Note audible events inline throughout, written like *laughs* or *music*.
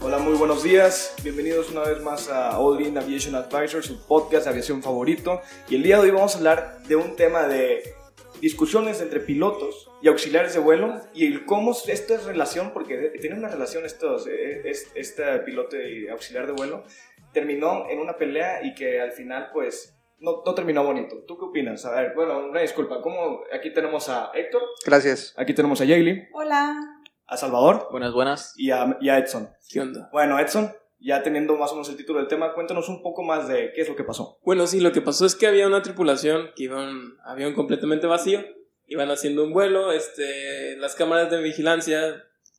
Hola, muy buenos días. Bienvenidos una vez más a All In Aviation Advisor, su podcast de aviación favorito. Y el día de hoy vamos a hablar de un tema de discusiones entre pilotos y auxiliares de vuelo y el cómo esta es relación, porque tienen una relación estos, este piloto y auxiliar de vuelo, terminó en una pelea y que al final, pues, no, no, terminó bonito. ¿Tú qué opinas? A ver, bueno, una disculpa. ¿Cómo? Aquí tenemos a Héctor. Gracias. Aquí tenemos a Jaylee. Hola. A Salvador. Buenas, buenas. Y a, y a, Edson. ¿Qué onda? Bueno, Edson, ya teniendo más o menos el título del tema, cuéntanos un poco más de qué es lo que pasó. Bueno, sí, lo que pasó es que había una tripulación que iba un avión completamente vacío. Iban haciendo un vuelo. Este, las cámaras de vigilancia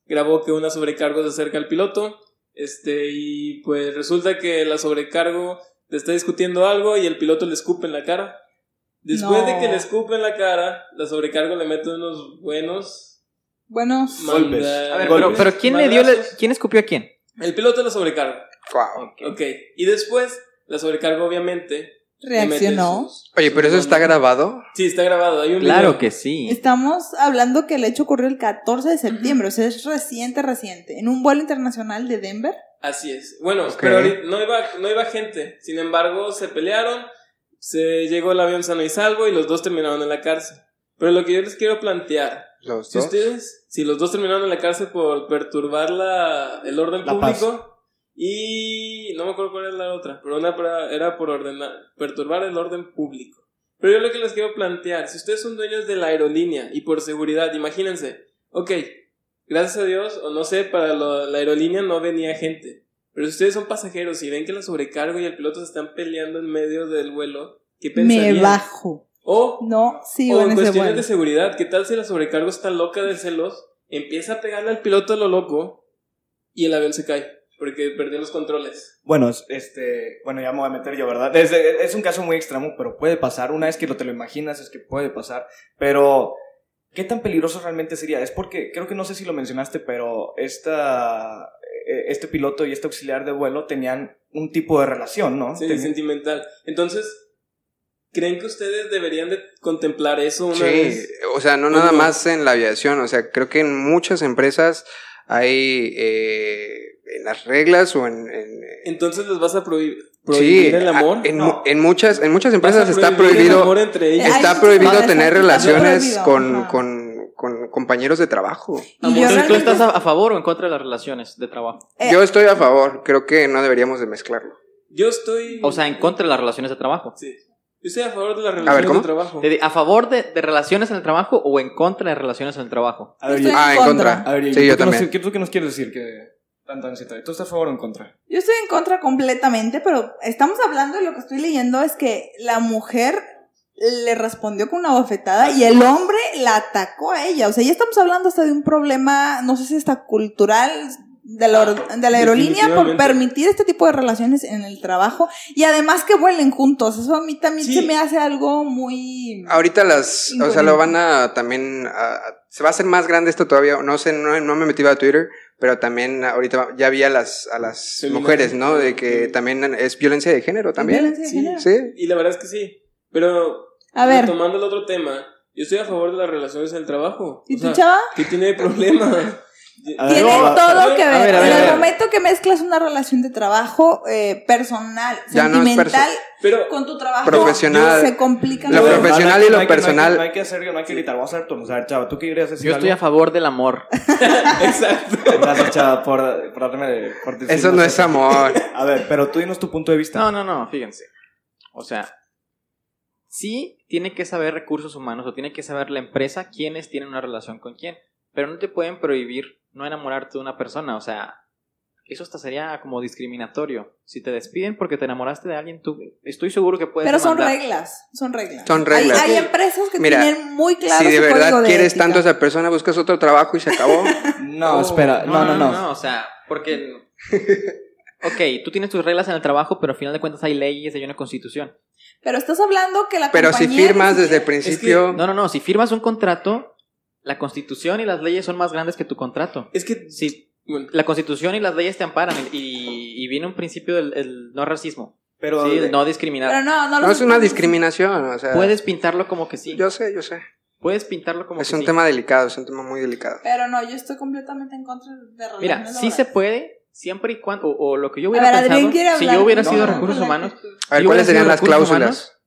grabó que una sobrecargo se acerca al piloto. Este, y pues resulta que la sobrecargo le está discutiendo algo y el piloto le escupe en la cara. Después no. de que le escupe en la cara, la sobrecargo le mete unos buenos. Buenos golpes. A ver, golpes, pero, pero, ¿quién madrazos? le dio. La, ¿Quién escupió a quién? El piloto la sobrecargo. Wow. Okay. ok. Y después, la sobrecargo, obviamente. Reaccionó. Sus, Oye, pero eso está grabado. Sí, está grabado. Hay un claro video. que sí. este Estamos hablando que el hecho ocurrió el 14 de septiembre, uh -huh. o sea, es reciente, reciente. En un vuelo internacional de Denver. Así es. Bueno, okay. pero no iba, no iba gente. Sin embargo, se pelearon, se llegó el avión sano y salvo y los dos terminaron en la cárcel. Pero lo que yo les quiero plantear, ¿Los si dos? ustedes, si los dos terminaron en la cárcel por perturbar la, el orden la público paz. y no me acuerdo cuál era la otra, pero una era por ordenar, perturbar el orden público. Pero yo lo que les quiero plantear, si ustedes son dueños de la aerolínea y por seguridad, imagínense, ok, gracias a Dios, o no sé, para lo, la aerolínea no venía gente. Pero si ustedes son pasajeros y ven que la sobrecargo y el piloto se están peleando en medio del vuelo, ¿qué pensarían? Me bajo. O, no, sigo o en, ese cuestiones vuelo. de seguridad, ¿qué tal si la sobrecargo está loca de celos? Empieza a pegarle al piloto a lo loco y el avión se cae. Porque perdió los controles. Bueno, este, bueno, ya me voy a meter yo, ¿verdad? Es, es un caso muy extremo, pero puede pasar. Una vez que lo te lo imaginas, es que puede pasar. Pero ¿Qué tan peligroso realmente sería? Es porque creo que no sé si lo mencionaste, pero esta, este piloto y este auxiliar de vuelo tenían un tipo de relación, ¿no? Sí, tenían... sentimental. Entonces, ¿creen que ustedes deberían de contemplar eso una sí, vez? o sea, no nada más en la aviación, o sea, creo que en muchas empresas hay eh, en las reglas o en, en... ah, Entonces les vas a prohibir. ¿Prohibir sí, el amor? En, no. en, muchas, en muchas empresas está prohibido, amor entre ellos? está prohibido no, tener no, relaciones con, con, con, compañeros de trabajo. Amor. Realmente... ¿Tú estás a, favor o en contra de las relaciones de trabajo? Eh. Yo estoy a favor, creo que no deberíamos de mezclarlo. Yo estoy... O sea, en contra de las relaciones de trabajo. Sí. Yo estoy a favor de las relaciones ver, de trabajo. ¿A favor de, de, relaciones en el trabajo o en contra de relaciones en el trabajo? A ver, ah, en contra. A ver, sí, yo también. ¿Tú qué nos quieres decir? que ¿Tú estás a favor o en contra? Yo estoy en contra completamente, pero estamos hablando y lo que estoy leyendo es que la mujer le respondió con una bofetada y el hombre la atacó a ella. O sea, ya estamos hablando hasta de un problema, no sé si está cultural, de la, de la, aerolínea por permitir este tipo de relaciones en el trabajo y además que vuelen juntos. Eso a mí también sí. se me hace algo muy... Ahorita las... Increíble. O sea, lo van a también... A, a, se va a hacer más grande esto todavía. No sé, no, no me metí a Twitter, pero también ahorita ya vi a las, a las sí, mujeres, ¿no? De que sí. también es violencia de género también. Violencia de género. Sí. Y la verdad es que sí. Pero... A ver. Tomando el otro tema, yo estoy a favor de las relaciones en el trabajo. ¿Y o tú, sea, chava? ¿Qué tiene de problema? Ah. Ver, tiene no, todo ver, que ver. ver en el momento que mezclas una relación de trabajo eh, personal, ya sentimental, no perso con tu trabajo profesional, se complica. Lo profesional y lo no personal. No hay que hacer, no hay que gritar. Vamos a ver, vamos a ver chavo, ¿tú qué querías decir? Yo estoy algo? a favor del amor. Exacto. Gracias, chava, por, por darme. Por Eso no es amor. a ver, pero tú dinos tu punto de vista. No, no, no, fíjense. O sea, sí tiene que saber recursos humanos o tiene que saber la empresa quiénes tienen una relación con quién. Pero no te pueden prohibir no enamorarte de una persona. O sea, eso hasta sería como discriminatorio. Si te despiden porque te enamoraste de alguien, tú estoy seguro que puedes. Pero son demandar. reglas, son reglas. Son reglas. Hay, hay empresas que Mira, tienen muy claro si de su verdad código quieres ética. tanto a esa persona, buscas otro trabajo y se acabó. No, espera, no, no, no. O sea, porque. *laughs* ok, tú tienes tus reglas en el trabajo, pero al final de cuentas hay leyes, hay una constitución. Pero estás hablando que la Pero si compañía firmas decide- desde el principio, No, no, no. Si firmas un contrato, la constitución y las leyes son más grandes que tu contrato. Es que Sí, bueno, la constitución y las leyes te amparan. Y, y viene un principio del el no racismo. Pero sí, el de- no discriminar. Pero no, no, no lo- es una discriminación. O sea, Puedes pintarlo como que sí. yo sé, yo sé. Puedes pintarlo como Es que un sí. tema delicado, es un tema muy delicado. Pero no, yo estoy completamente en contra de relaciones Mira, sí laborales. se puede, siempre y cuando, o, o lo que yo hubiera a ver, Adrián pensado, quiere si hablar. yo hubiera No, sido no, no. recursos humanos, A ver, Yo hubiera ¿cuáles sido serían las recursos cláusulas?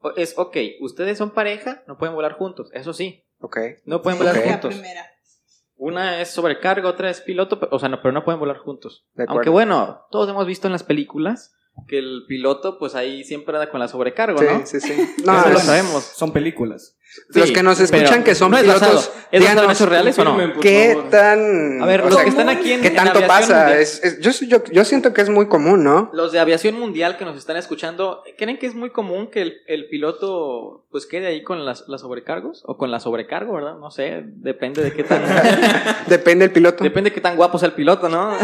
o- es, ok, ustedes son pareja, no pueden volar juntos, eso sí, Ok. no pueden Ok. volar La juntos. primera. Una es sobrecarga, otra es piloto, pero- o sea, no, pero no pueden volar juntos. De acuerdo. Aunque bueno, todos hemos visto en las películas que el piloto, pues ahí siempre anda con la sobrecarga, Sí, ¿no? sí, sí. No, Eso lo los- sabemos. Son películas. los que nos pero escuchan que son no es basado. pilotos, ¿Es basado en díganos, hechos reales o no? Confirmen, por ¿qué favor. tan. A ver, Mm, o los sea, que están aquí en ¿Qué en tanto aviación pasa? mundial- Es- es- yo, yo- yo siento que es muy común, ¿no? Los de aviación mundial que nos están escuchando, ¿creen que es muy común que el, el piloto pues quede ahí con las, las sobrecargos? O con la sobrecargo, ¿verdad? No sé, depende de qué tan, *laughs* Depende del piloto. depende de qué tan guapo sea el piloto, ¿no?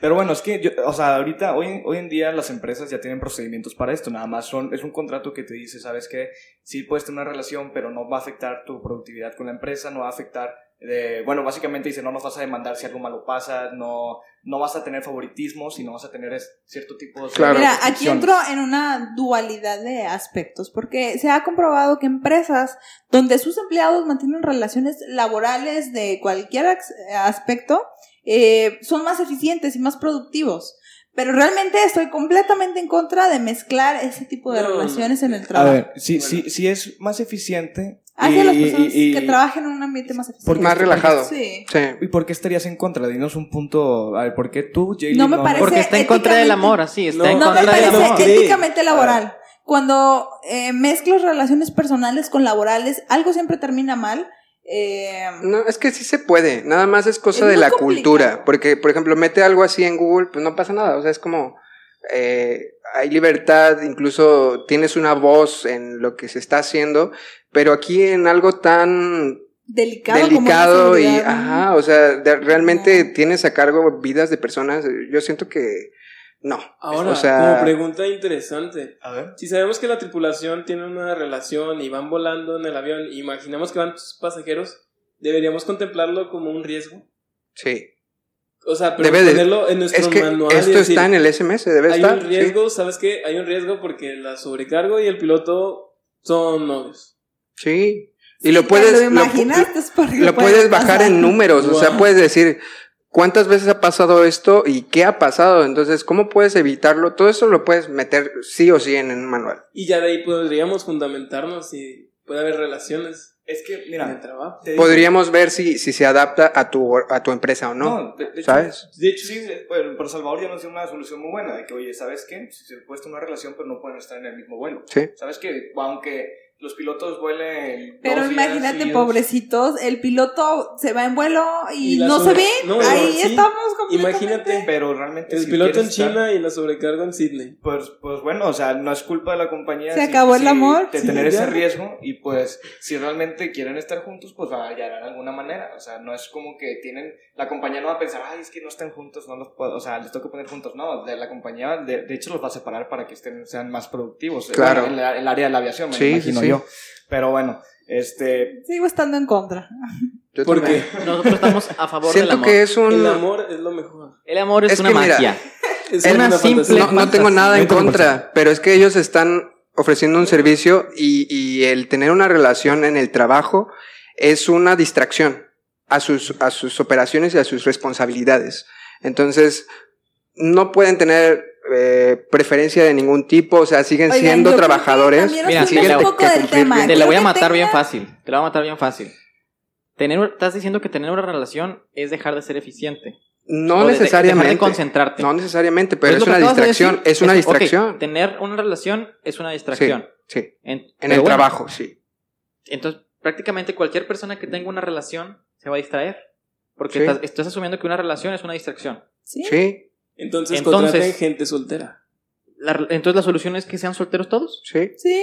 Pero bueno, es que, yo- o sea, ahorita, hoy, en- hoy en día las empresas ya tienen procedimientos para esto. Nada más son, es un contrato que te dice, sabes que sí puedes tener una relación, pero no va a afectar tu productividad con la empresa, no va a afectar, eh, bueno, básicamente dice, no nos vas a demandar si algo malo pasa, no, no vas a tener favoritismos y no vas a tener es- cierto tipo de... Claro. Mira, aquí restricciones. entro en una dualidad de aspectos, porque se ha comprobado que empresas donde sus empleados mantienen relaciones laborales de cualquier ax- aspecto eh, son más eficientes y más productivos. Pero realmente estoy completamente en contra de mezclar ese tipo de No, no, no. relaciones en el A trabajo. ver, sí, Bueno. sí, sí es más eficiente. Hacia Ah, las personas y- que y- trabajen en un ambiente más eficiente. Porque- Más relajado. Sí. Sí. ¿Y por qué estarías en contra? Dinos un punto. A ver, ¿por qué tú, Jaylee, No me parece- Porque está en contra del amor, así, está No, en No me contra del parece amor. éticamente laboral. Cuando eh, mezclas relaciones personales con laborales, algo siempre termina mal. Eh, No, es que sí se puede, nada más es cosa Es de muy la complicado. cultura, porque por ejemplo, mete algo así en Google, pues no pasa nada, o sea, es como eh, hay libertad, incluso tienes una voz en lo que se está haciendo, pero aquí en algo tan delicado. como delicado una y, seguridad, ¿no? ajá, o sea, de- realmente No. tienes a cargo vidas de personas, yo siento que no, Ahora, o sea, como pregunta interesante. A ver. Si sabemos que la tripulación tiene una relación y van volando en el avión, y imaginamos que van sus pasajeros, deberíamos contemplarlo como un riesgo. sí, O sea, pero Debe de- ponerlo en nuestro es que manual. y esto decir, está en el SMS, debe Hay estar, un sí. riesgo, ¿sabes qué? Hay un riesgo porque la sobrecargo y el piloto son novios. sí. Y Sí, lo te puedes, Lo lo pu- imaginaste, es porque lo puedes bajar pasar. en números, o sea, Wow. puedes decir cuántas veces ha pasado esto y qué ha pasado, entonces, ¿cómo puedes evitarlo? Todo eso lo puedes meter sí o sí en un manual. Y ya de ahí podríamos fundamentarnos y puede haber relaciones Es que, en el mira, trabajo. te digo- Podríamos ver si, si se adapta a tu, a tu empresa o no, No, de- de hecho, ¿sabes? De hecho, Sí, pero, pero Salvador ya nos dio una solución muy buena de que, oye, ¿sabes qué? Si se puede estar una relación, pero no pueden estar en el mismo vuelo. Sí. ¿Sabes qué? Aunque los pilotos vuelen. Pero dos días imagínate, seguidos, pobrecitos, el piloto se va en vuelo y, Y la no se sobre- ve. no, Ahí sí. estamos completamente. imagínate Pero realmente. el si piloto en quieres estar- China y la sobrecarga en Sydney. Pues, pues bueno, o sea, no es culpa de la compañía. Se acabó el amor. De Sí, tener ya. ese riesgo y pues si realmente quieren estar juntos, pues hallarán alguna manera. O sea, no es como que tienen, la compañía no va a pensar, ay, es que no están juntos, no los puedo, o sea, les tengo que poner juntos. No, de la compañía, de, de hecho, los va a separar para que estén, sean más productivos. Claro. Bueno, en la- el área de la aviación, me Sí, imagino sí, sí. yo. Pero bueno, este, Sigo estando en contra. Yo Porque también. Nosotros estamos a favor del Siento amor. que es el un... amor es lo mejor. El amor es, Es una que mira, magia. Es Es una más fantasía. simple. No, no tengo nada en Yo tampoco. contra, pero es que ellos están ofreciendo un servicio y, y el tener una relación en el trabajo es una distracción a sus, a sus operaciones y a sus responsabilidades. Entonces, no pueden tener eh, preferencia de ningún tipo, o sea, siguen Oigan, siendo yo creo que trabajadores. también Mira, nos sí, fuimos te un la- poco que del cumplir. tema. Te la Creo voy a que matar bien tenga- fácil. Te la voy a matar bien fácil. Tener, estás diciendo que tener una relación es dejar de ser eficiente. No O de- de- necesariamente. Dejar de concentrarte. no necesariamente, pero Pues es lo que una acabas de distracción. decir. Es una ok, distracción. tener una relación es una Sí, distracción. sí. En, En pero el bueno, trabajo, sí. Entonces, prácticamente cualquier persona que tenga una relación se va a distraer. Porque Sí. estás, estás asumiendo que una relación es una distracción. Sí. Sí, Entonces, Entonces- contraten gente soltera. La re- entonces la solución es que sean solteros *laughs* todos. sí. Sí.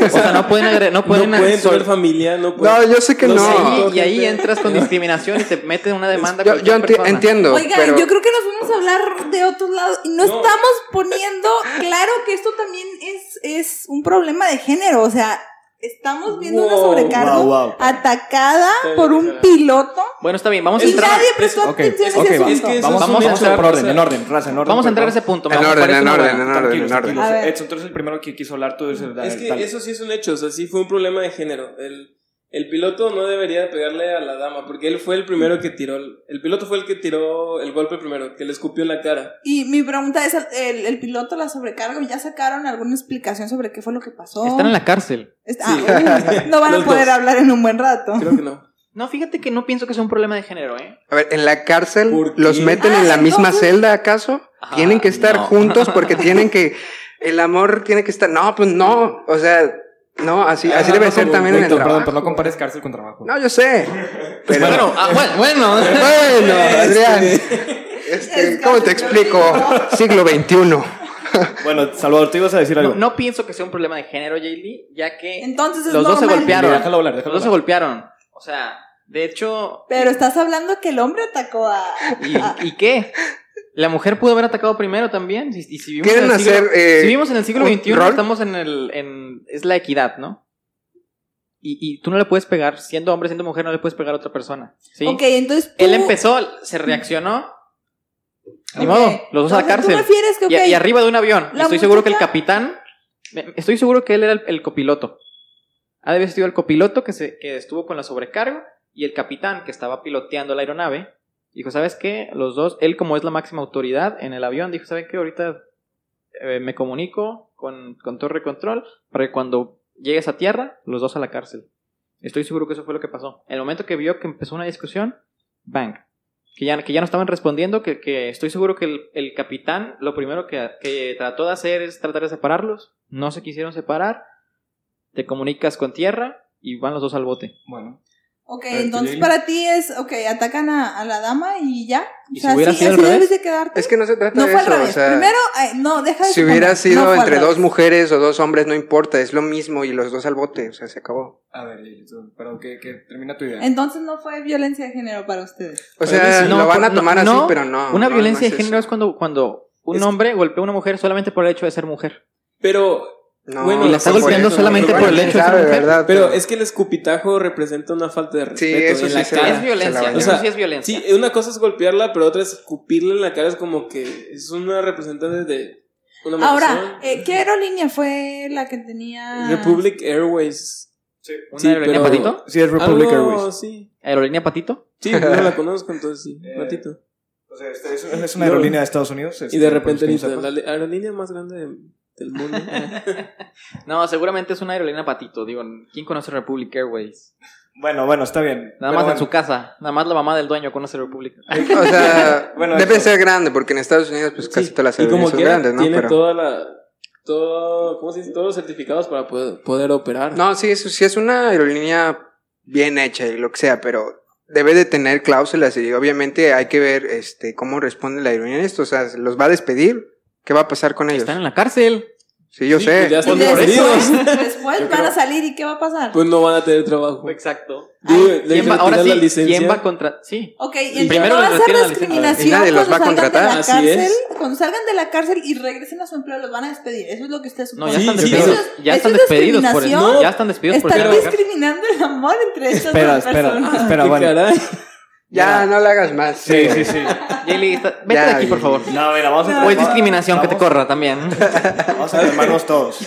O sea, no pueden agre- no No pueden, pueden, sol- tener familia, no No, Pues, pueden. yo sé que No, no. sí. Y, ahí, y ahí gente. entras con discriminación y te meten una demanda. Yo, yo cualquier enti- persona. entiendo. Oigan, pero... yo creo que nos vamos a hablar de otros lados y no, No. estamos poniendo claro que esto también es, es un problema de género. O sea, estamos viendo una Wow, sobrecarga wow, wow. atacada Está por bien, un está bien. piloto Bueno, está bien, vamos a y Es- entrar. nadie prestó es- Ok, atención ok, a ese va. Es que asunto. eso vamos, es un vamos hecho. por orden, O sea, en orden, raza, en orden. Vamos a entrar a por ese punto. En vamos, orden, ¿cuál es en tu orden, novela? en favor. orden, Tranquilos, en orden. tranquilos. A ver. Edson, tú eres el primero que quiso hablar, tú eres el Es que dale. eso sí es un hecho, o sea, sí fue un problema de género. El, el piloto no debería pegarle a la dama, porque él fue el primero que tiró. el- El piloto fue el que tiró el golpe primero, que le escupió en la cara. Y mi pregunta es, ¿el, el piloto la sobrecarga? ¿Ya sacaron alguna explicación sobre qué fue lo que pasó? Están en la cárcel. Est- ah, uh, no van a Los poder dos. hablar en un buen rato. Creo que no. No, fíjate que no pienso que sea un problema de género, ¿eh? A ver, ¿en la cárcel ¿Por los qué? meten Ah, en la misma entonces- celda acaso? Ah, Tienen que estar no. *laughs* juntos porque tienen que... El amor tiene que estar... No, pues no. O sea, no, así, Ah, así no, debe no, ser no, también en el Víctor, perdón, trabajo. pero Pues no compares cárcel con trabajo. No, yo sé. Pero... Bueno, ah, bueno, bueno. *laughs* *laughs* Bueno, Adrián. Este, Este, ¿Cómo te *laughs* explico? Siglo XXI. Bueno, Salvador, te ibas a decir No, algo. no pienso que sea un problema de género, Jaylee, ya que Entonces es los dos se normal. golpearon. Déjalo hablar, los déjalo dos se hablar. golpearon. O sea, de hecho, Pero estás hablando que el hombre atacó a... ¿y, y qué? La mujer pudo haber atacado primero también. Y, y si vivimos Quieren en el hacer, siglo- eh, si vivimos en el siglo un XXI, rol. estamos en el. En, es la equidad, ¿no? Y, y tú no le puedes pegar, siendo hombre, siendo mujer, no le puedes pegar a otra persona. ¿sí? Ok, entonces tú- Él empezó, se reaccionó. Ni Ok. modo, los dos a la Entonces, cárcel. ¿Tú refieres que, Y- ok, Y, arriba de un avión. La estoy seguro que el muchacha- capitán. me- Estoy seguro que él era el, el copiloto. Ha de haber sido el copiloto que, se, que estuvo con la sobrecarga. Y el capitán que estaba piloteando la aeronave. Dijo: ¿Sabes qué? Los dos, él como es la máxima autoridad en el avión, dijo: ¿Sabes qué? Ahorita eh, me comunico con, con Torre Control para que cuando llegues a tierra, los dos a la cárcel. Estoy seguro que eso fue lo que pasó. En el momento que vio que empezó una discusión, bang. Que ya, que ya no estaban respondiendo, que, que estoy seguro que el, el capitán lo primero que, que trató de hacer es tratar de separarlos. No se quisieron separar. Te comunicas con tierra y van los dos al bote. *laughs* Bueno, ok, ver, entonces Jaylee. para ti es, ok, atacan a, a la dama y ya. ¿Y si hubiera sí, sido al así revés? debes de quedarte. Es que no se trata no de fue al eso. revés. o sea, Primero, ay, no, deja de si suponer, hubiera no sido fue al entre dos revés. mujeres o dos hombres, no importa, es lo mismo y los dos al bote, o sea, se acabó. a ver, Lili, tú, perdón, que, que termina tu idea. Entonces no fue violencia de género para ustedes. O Pero sea, dice- no, lo van a no, tomar así, no, pero no. Una no, violencia no de género es eso. cuando, cuando un Es- hombre golpea a una mujer solamente por el hecho de ser mujer. Pero, No, Bueno, no la está fue golpeando eso, solamente no, por el quién hecho de ser sabe, mujer. ¿verdad? pero es que el escupitajo representa una falta de Sí, respeto eso en sí la se cara. la- es violencia. se la Eso bañaron. sí es violencia. Sí, eh, una cosa es golpearla, pero otra es escupirle en la cara. Es como que es una representante de una Ahora, maldición. eh, ¿qué aerolínea fue la que tenía? Republic Airways. ¿Una sí, aerolínea pero- patito? Sí, es Republic Algo, Airways. sí. ¿Aerolínea patito? *laughs* Sí, no *laughs* la conozco, entonces sí. Eh, Patito. O sea, este, es, es una aerolínea de Estados Unidos. Y este, de por los repente que no ahorita, sepan. la li- aerolínea más grande de- *laughs* del mundo. Ah, No, seguramente es una aerolínea patito. Digo, ¿quién conoce Republic Airways? Bueno, bueno, está bien. Nada Pero más bueno, en su casa. Nada más la mamá del dueño conoce Republic. *laughs* O *laughs* sea, Bueno, debe eso. ser grande, porque en Estados Unidos, pues casi Sí, todas las y como aerolíneas son quiera, grandes, ¿no? tiene Pero- toda la todo, ¿cómo se dice? todos los certificados para poder, poder operar. No, sí, eso sí es una aerolínea bien hecha y lo que sea, pero debe de tener cláusulas y obviamente hay que ver este cómo responde la aerolínea a esto, o sea, los va a despedir, ¿qué va a pasar con ellos? Están en la cárcel. Sí, yo Sí, sé. pues ya están Y Después, despedidos. *laughs* después Yo van creo- a salir y ¿qué va a pasar? Pues no van a tener trabajo. Exacto. Digo, les ¿Quién va, ahora retiran la sí, licencia. ¿quién va contra...? Sí. Ok, Y y primero primero va a les ser retiran la licencia. discriminación Y nadie los va a cuando salgan de contratar. la Así cárcel. es. Cuando salgan de la cárcel y regresen a su empleo, los van a despedir. Eso es lo que usted supone. No, ya Sí, están yo despedidos. creo- ya eso están es despedidos por eso. discriminación. Ya están despedidos por Están eso. discriminando el amor entre estas Espera, dos espera, personas. espera, Qué bueno. caray. Ya, no la hagas más. Sí, sí, sí. Jaylee, está- vete Ya, de aquí, por Jaylee. favor. No, mira, vamos a O es discriminación, que te vamos- corra también. Vamos a calmarnos *laughs* todos.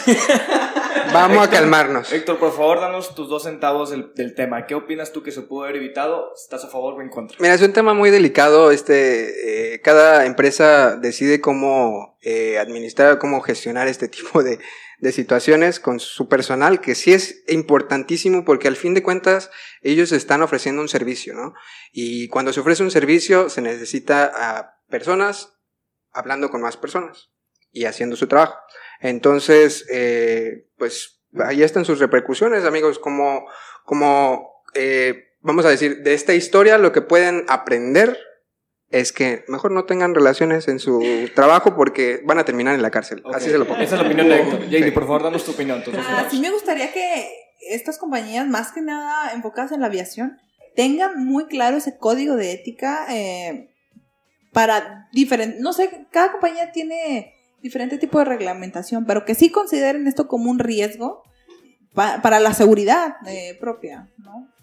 Vamos a *laughs* calmarnos. Héctor, por favor, danos tus dos centavos del, del tema. ¿Qué opinas tú que se pudo haber evitado? ¿Estás a favor o en contra? Mira, es un tema muy delicado. Este, eh, cada empresa decide cómo eh, administrar, cómo gestionar este *laughs* tipo de, de situaciones con su personal, que sí es importantísimo porque al fin de cuentas ellos están ofreciendo un servicio, ¿no? Y cuando se ofrece un servicio se necesita a personas hablando con más personas y haciendo su trabajo. Entonces, eh, pues ahí están sus repercusiones, amigos, como, como eh, vamos a decir, de esta historia lo que pueden aprender es que mejor no tengan relaciones en su trabajo porque van a terminar en la cárcel. Ok. Así se lo pongo. Esa es la opinión de Héctor. JD, Sí. por favor, danos tu opinión. entonces, Ah, sí me gustaría que estas compañías, más que nada enfocadas en la aviación, tengan muy claro ese código de ética eh, para diferentes... No sé, cada compañía tiene diferente tipo de reglamentación, pero que sí consideren esto como un riesgo pa- para la seguridad eh, propia, ¿no?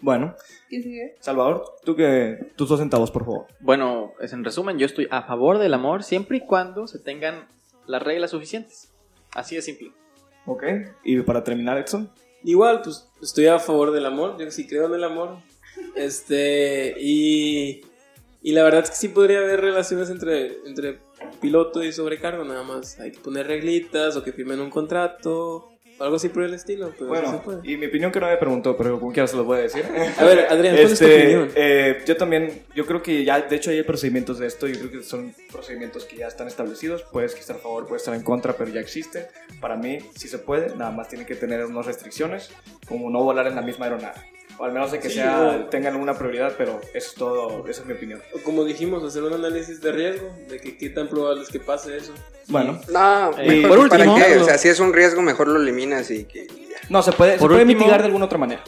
Bueno, ¿Quién sigue? Salvador, tú que tus dos centavos, por favor. Bueno, es en resumen, yo estoy a favor del amor siempre y cuando se tengan las reglas suficientes. Así de simple. Ok. Y para terminar, Edson. Igual, pues estoy a favor del amor, yo sí creo en el amor. Este, y, y la verdad es que sí podría haber relaciones entre, entre piloto y sobrecargo, nada más. Hay que poner reglitas o que firmen un contrato o algo así por el estilo. pero sí se Bueno, puede. y mi opinión que no me preguntó, pero como quiera se lo voy a decir. A ver, Adrián, ¿cuál es tu opinión? eh, yo también, yo creo que ya, de hecho hay procedimientos de esto, yo creo que son procedimientos que ya están establecidos, puedes que estar a favor, puedes estar en contra, pero ya existen. Para mí, sí se puede, nada más tiene que tener unas restricciones, como no volar en la misma aeronave. O al menos de que Sí, sea, o- tengan una prioridad, pero eso es todo, esa es mi opinión. O como dijimos, hacer un análisis de riesgo, de que qué tan probable es que pase eso. Bueno, No, Eh, mejor por ¿para último- qué? O sea, si es un riesgo, mejor lo eliminas y que... no, se puede, se Por puede último- mitigar de alguna otra manera.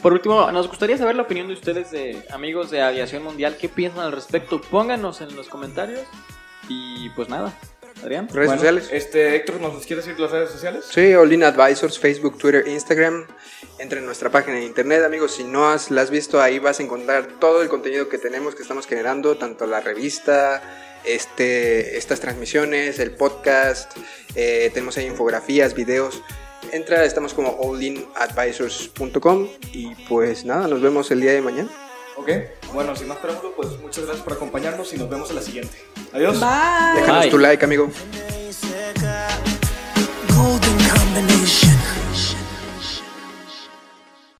Por último, nos gustaría saber la opinión de ustedes, de amigos de Aviación Mundial, qué piensan al respecto. Pónganos en los comentarios. Y pues nada, Adrián. ¿Redes Bueno, sociales? Este, Héctor, ¿nos quieres decir las redes sociales? Sí, Olin Advisors, Facebook, Twitter, Instagram. Entra en nuestra página de internet, amigos. Si no has, la has visto, ahí vas a encontrar todo el contenido que tenemos, que estamos generando, tanto la revista, este, estas transmisiones, el podcast. eh, tenemos ahí infografías, videos. Entra, estamos como allinadvisors.com y pues nada, nos vemos el día de mañana. Ok, bueno, sin más preámbulo, pues muchas gracias por acompañarnos y nos vemos en la siguiente. Adiós. Bye. Déjanos Bye. tu like, amigo. Golden combination.